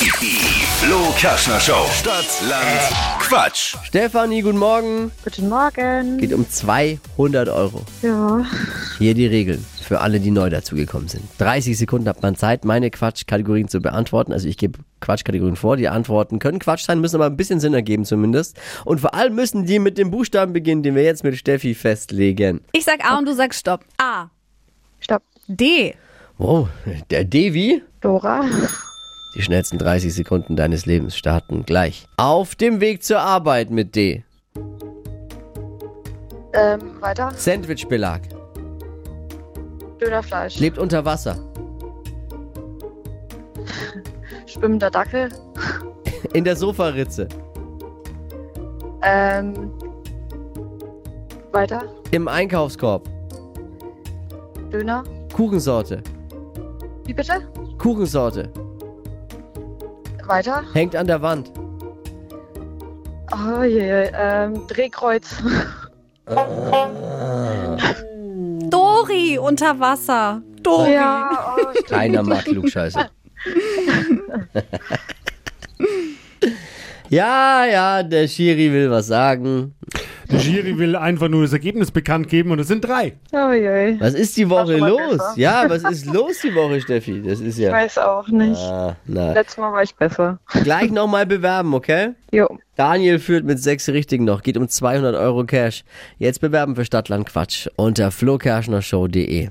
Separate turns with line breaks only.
Die Flo Kaschner Show. Stadt, Land, Quatsch.
Stefanie, guten Morgen.
Guten Morgen.
Geht um 200 Euro.
Ja.
Hier die Regeln für alle, die neu dazugekommen sind. 30 Sekunden hat man Zeit, meine Quatschkategorien zu beantworten. Also ich gebe Quatschkategorien vor. Die Antworten können Quatsch sein, müssen aber ein bisschen Sinn ergeben zumindest. Und vor allem müssen die mit dem Buchstaben beginnen, den wir jetzt mit Steffi festlegen.
Ich sag A und du sagst Stopp. A.
Stopp.
D.
Wow, Oh, der Devi.
Dora.
Die schnellsten 30 Sekunden deines Lebens starten gleich. Auf dem Weg zur Arbeit mit D.
Ähm, weiter.
Sandwichbelag.
Dönerfleisch.
Lebt unter Wasser.
Schwimmender Dackel.
In der Sofaritze.
Ähm. Weiter.
Im Einkaufskorb.
Döner.
Kuchensorte.
Wie bitte?
Kuchensorte.
Weiter.
Hängt an der Wand.
Oh je, je. Ähm, Drehkreuz.
Dori unter Wasser. Dori.
ja. Oh, stimmt.
Keiner mag Klugscheiße. ja, ja, der Schiri will was sagen.
Der Jury will einfach nur das Ergebnis bekannt geben und es sind drei.
oh je. je.
Was ist die Woche
schon mal
los?
besser.
Ja, was ist los die Woche, Steffi? Das ist
Ich
ja.
weiß auch nicht.
Ah, na.
Letztes Mal war ich besser.
Gleich nochmal bewerben, okay?
Jo.
Daniel führt mit sechs Richtigen noch, geht um 200 Euro Cash. Jetzt bewerben für Stadtland Quatsch unter flokerschnershow.de.